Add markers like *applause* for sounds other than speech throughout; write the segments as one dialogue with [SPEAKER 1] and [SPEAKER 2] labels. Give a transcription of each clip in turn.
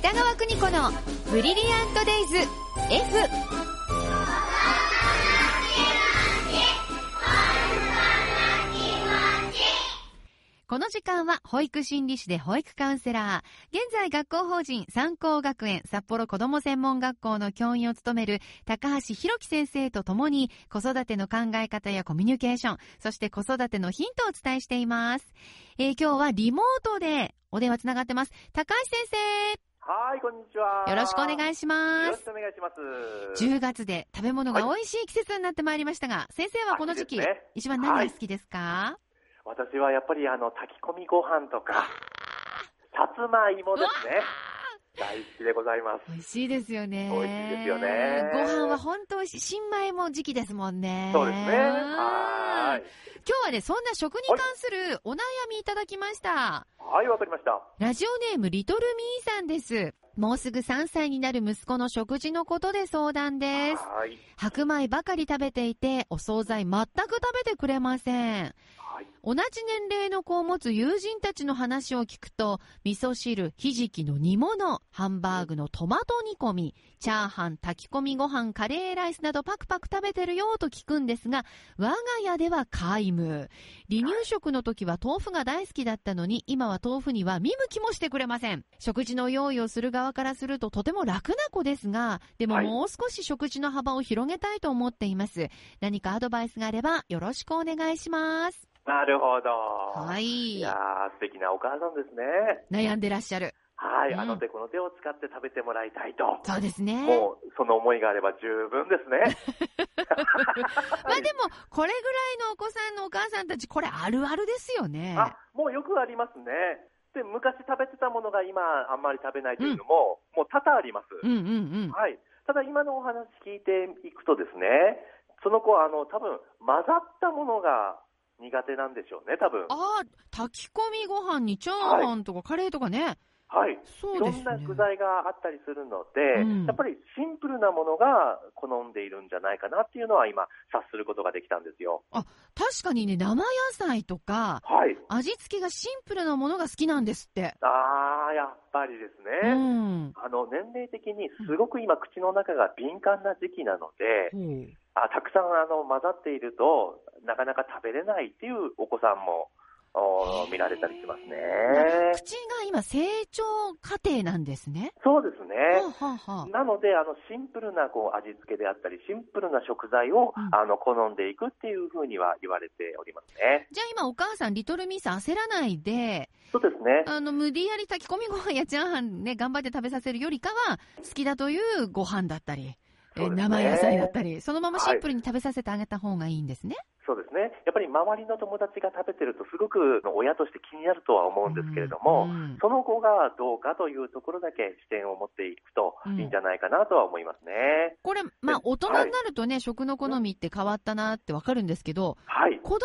[SPEAKER 1] 北川邦子のブリリアントデイズ F この時間は保育心理士で保育カウンセラー、現在学校法人三高学園札幌子ども専門学校の教員を務める高橋博樹先生と共に子育ての考え方やコミュニケーション、そして子育てのヒントをお伝えしています。えー今日はリモートでお電話つながってます。高橋先
[SPEAKER 2] はい、こんにちは。
[SPEAKER 1] 生、よろしくお願いしま
[SPEAKER 2] よろ
[SPEAKER 1] す
[SPEAKER 2] し。くお願いします。
[SPEAKER 1] 10月で食べ物が美味しい季節になってまいりましたが、先生はこの時期、
[SPEAKER 2] 秋ですね
[SPEAKER 1] 一番何が好きですか、
[SPEAKER 2] 私はやっぱりあの炊き込みご飯とか、さつまいもですね。大好きでございます。
[SPEAKER 1] 美味しいですよね。
[SPEAKER 2] 美味しいですよね
[SPEAKER 1] ご飯は本当美味しい。新米も時期ですもんね。
[SPEAKER 2] そうですね。はーい。
[SPEAKER 1] 今日はね、そんな食に関するお悩みいただきました。
[SPEAKER 2] はい、わかりました。
[SPEAKER 1] ラジオネーム、リトルミーさんです。もうすぐ3歳になる息子の食事のことで相談です。
[SPEAKER 2] はい。
[SPEAKER 1] 白米ばかり食べていて、お惣菜全く食べてくれません。
[SPEAKER 2] はい。
[SPEAKER 1] 同じ年齢の子を持つ友人たちの話を聞くと、味噌汁、ひじきの煮物、ハンバーグのトマト煮込み、チャーハン、炊き込みご飯、カレーライスなどパクパク食べてるよと聞くんですが、我が家では皆無。離乳食の時は豆腐が大好きだったのに、今は豆腐には見向きもしてくれません。食事の用意をする側からするととても楽な子ですが、でも
[SPEAKER 2] はい
[SPEAKER 1] もう少し食事の幅を広げたいと思っています。何かアドバイスがあればよろしくお願いします。
[SPEAKER 2] なるほど。。
[SPEAKER 1] はいい。
[SPEAKER 2] やー、素敵なお母さんですね。
[SPEAKER 1] 悩んでらっしゃる。
[SPEAKER 2] はい、
[SPEAKER 1] うん
[SPEAKER 2] あの手この手を使って食べてもらいたいと。
[SPEAKER 1] そうですね。ま
[SPEAKER 2] もう、その思いがあれば十分で
[SPEAKER 1] *laughs*
[SPEAKER 2] すね。
[SPEAKER 1] あでも、これぐらいのお子さんのお母さんたち、これあるあるですよね。
[SPEAKER 2] あ、もうよくありますね。で、昔食べてたものが今あんまり食べないというのも、もう多々あります。
[SPEAKER 1] うんうんうん。
[SPEAKER 2] はい。ただ今のお話聞いていくとですね、その子はあの多分混ざったものが苦手なんでしょうね、多分。
[SPEAKER 1] ああ、炊き込みご飯にチャーハンとかカレーとかね。
[SPEAKER 2] はい。
[SPEAKER 1] そ
[SPEAKER 2] いうろ
[SPEAKER 1] ですね。
[SPEAKER 2] んな具材があったりするので、
[SPEAKER 1] うん
[SPEAKER 2] やっぱりシンプルなものが好んでいるんじゃないかなっていうのは今察することができたんですよ。
[SPEAKER 1] 確かにね、生野菜とか、
[SPEAKER 2] はい。
[SPEAKER 1] 味付けがシンプルなものが好きなんですって。
[SPEAKER 2] あー、やっぱりです
[SPEAKER 1] う
[SPEAKER 2] ね。
[SPEAKER 1] ん。
[SPEAKER 2] あの年齢的にすごく今口の中が敏感な時期なので、
[SPEAKER 1] ほう
[SPEAKER 2] あたくさんあの混ざっていると、なかなか食べれないっていうお子さんもお
[SPEAKER 1] へー
[SPEAKER 2] 見られたりしますね。
[SPEAKER 1] 口が今成長過程なんですね。
[SPEAKER 2] そうですね。
[SPEAKER 1] はあはあはあ
[SPEAKER 2] なので、あのシンプルなこう味付けであったり、シンプルな食材を、
[SPEAKER 1] うん
[SPEAKER 2] あの好んでいくっていうふうには言われておりますね。
[SPEAKER 1] じゃあ今お母さん、リトルミーさん焦らないで、
[SPEAKER 2] そうですね。
[SPEAKER 1] あの、無理やり炊き込みご飯やチャーハンね、頑張って食べさせるよりかは、好きだというご飯だったり、え
[SPEAKER 2] そうですね
[SPEAKER 1] 生野菜だったり、そのままシンプルに食べさせてあげた方がいいんですね。
[SPEAKER 2] そうですね。やっぱり周りの友達が食べてると、すごく親として気になるとは思うんですけれども、
[SPEAKER 1] うん
[SPEAKER 2] その子がどうかというところだけ視点を持っていくといいんじゃないかなとは思いますね。
[SPEAKER 1] これ、まあ、大人になるとね、食の好みって変わったなってわかるんですけど、
[SPEAKER 2] はい。
[SPEAKER 1] 子供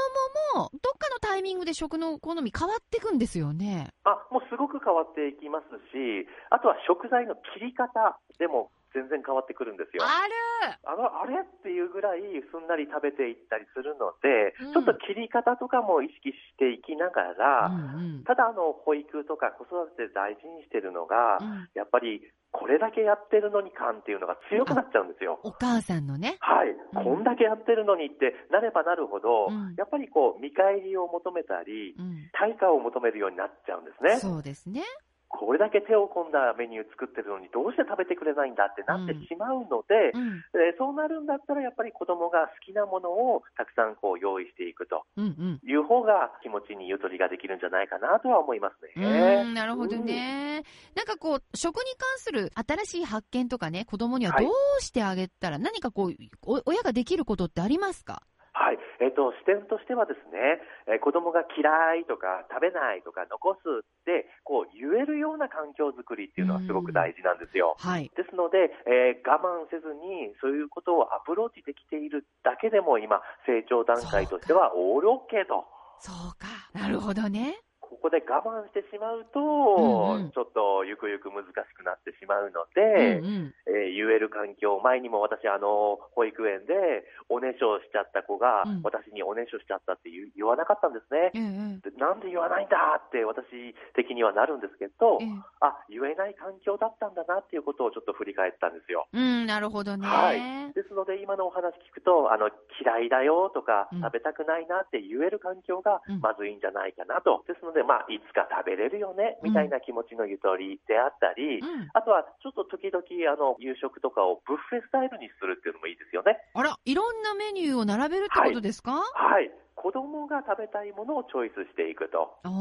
[SPEAKER 1] も、どっかのタイミングで食の好み変わってくんですよね。
[SPEAKER 2] あもうすごく変わっていきますし、あとは食材の切り方でも全然変わってくるんですよ。あ
[SPEAKER 1] ある
[SPEAKER 2] のあれっていうぐらいすんなり食べていったりするので、
[SPEAKER 1] うん
[SPEAKER 2] ちょっと切り方とかも意識していきなが
[SPEAKER 1] う
[SPEAKER 2] ら、
[SPEAKER 1] んうん
[SPEAKER 2] ただあの保育とか子育てで大事にしてるのが、
[SPEAKER 1] うん。
[SPEAKER 2] やっぱりこれだけやってるのに感っていうのが強くなっちゃうんですよ。
[SPEAKER 1] お母さんのね。
[SPEAKER 2] はい、
[SPEAKER 1] うん
[SPEAKER 2] こんだけやってるのにってなればなるほど、
[SPEAKER 1] うん
[SPEAKER 2] やっぱりこう見返りを求めたり、
[SPEAKER 1] うん。
[SPEAKER 2] 対価を求めるようになっちゃうんですね。
[SPEAKER 1] そうですね。
[SPEAKER 2] これだけ手を込んだメニュー作ってるのにどうして食べてくれないんだってなってしまうので、
[SPEAKER 1] うん。
[SPEAKER 2] えーそうなるんだったらやっぱり子供が好きなものをたくさんこう用意していくと
[SPEAKER 1] うんうん。
[SPEAKER 2] いう方が気持ちにゆとりができるんじゃないかなとは思います
[SPEAKER 1] うー
[SPEAKER 2] ね。
[SPEAKER 1] んなるほどね。なんかこう、食に関する新しい発見とかね、子供にははいどうしてあげたら、何かこう、お親ができることってありますか
[SPEAKER 2] はい、えっ、と視点としてはですね、えー子供が嫌いとか食べないとか残すってこう言えるような環境づくりっていうのはすごく大事なんですよ。
[SPEAKER 1] はい。
[SPEAKER 2] ですので、えー我慢せずに、そういうことをアプローチできているだけでも、今、成長段階としては、オールオッケーと、
[SPEAKER 1] そうか。なるほどね。
[SPEAKER 2] ここで我慢してしまうと、
[SPEAKER 1] うんうん
[SPEAKER 2] ちょっとゆくゆく難しくなってしまうので、
[SPEAKER 1] うん
[SPEAKER 2] えー言える環境、前にも私、あの、保育園でおねしょしちゃった子が、
[SPEAKER 1] うん
[SPEAKER 2] 私におねしょしちゃったって言う言わなかったんですね。
[SPEAKER 1] うん。ええ
[SPEAKER 2] でなんで言わないんだって私的にはなるんですけど
[SPEAKER 1] え、え
[SPEAKER 2] あ、言えない環境だったんだなっていうことをちょっと振り返ったんですよ。
[SPEAKER 1] うん、なるほどね。
[SPEAKER 2] はいですので、今のお話聞くと、あの嫌いだよとか、
[SPEAKER 1] うん
[SPEAKER 2] 食べたくないなって言える環境が
[SPEAKER 1] うん
[SPEAKER 2] まずいいんじゃないかなと、ですので、まあ、いつか食べれるよねみたいな気持ちのゆとりであったり、
[SPEAKER 1] うん。
[SPEAKER 2] あとはちょっと時々あの夕食とかをブッフェスタイルにするっていうのもいいですよね。
[SPEAKER 1] あら、いろんなメニューを並べるってことですか、
[SPEAKER 2] はい子供が食べたいものをチョイスしていくと。
[SPEAKER 1] あ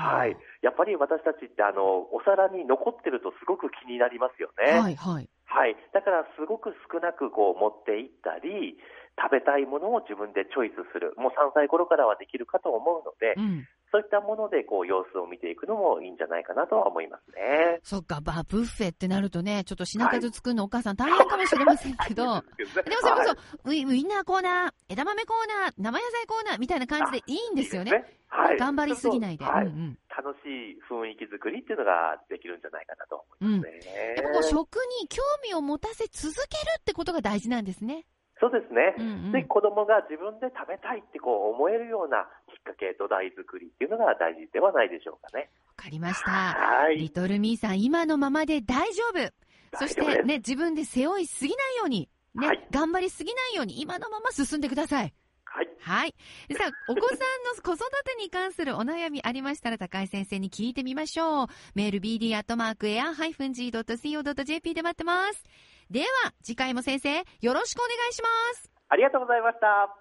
[SPEAKER 1] あ。
[SPEAKER 2] はい。。やっぱり私たちって、あの、お皿に残ってるとすごく気になりますよね。
[SPEAKER 1] はい、はい。
[SPEAKER 2] はい。だからすごく少なくこう持っていったり、食べたいものを自分でチョイスする。もう3歳頃からはできるかと思うので、
[SPEAKER 1] うん。
[SPEAKER 2] そういったものでこう様子を見ていくのもいいんじゃないかなとは思いますね。
[SPEAKER 1] そっか、まあ、ブッフェってなるとね、ちょっと品数作るのお母さん大変かもしれませんけど、でもそれこ
[SPEAKER 2] はい
[SPEAKER 1] そ、ウイウインナーコーナー、枝豆コーナー、生野菜コーナーみたいな感じでいいんですよね。
[SPEAKER 2] いいですはい。
[SPEAKER 1] 頑張りすぎないで。
[SPEAKER 2] はい
[SPEAKER 1] うんうん
[SPEAKER 2] 楽しい雰囲気作りっていうのができるんじゃないかなと思いますね。
[SPEAKER 1] やっぱこう食に興味を持たせ続けるってことが大事なんですね。
[SPEAKER 2] そうですね。
[SPEAKER 1] うんうん
[SPEAKER 2] で、子供が自分で食べたいってこう思えるようなきっかけ、土台作りっていうのが大事ではないでしょうかね。
[SPEAKER 1] わかりました。
[SPEAKER 2] はい
[SPEAKER 1] リ。トルミーさん、今のままで大丈夫。そし
[SPEAKER 2] 大丈夫
[SPEAKER 1] て
[SPEAKER 2] です
[SPEAKER 1] ね、自分で背負いすぎないように、ね、
[SPEAKER 2] はい
[SPEAKER 1] 頑張りすぎないように、今のまま進んでください。
[SPEAKER 2] はい。
[SPEAKER 1] はい。でさあ、お子さんの子育てに関するお悩みありましたら、高井先生に聞いてみましょう。メール bd アットマークエアハイフン g.co.jp で待ってます。では、次回も先生、よろしくお願いします。
[SPEAKER 2] ありがとうございました。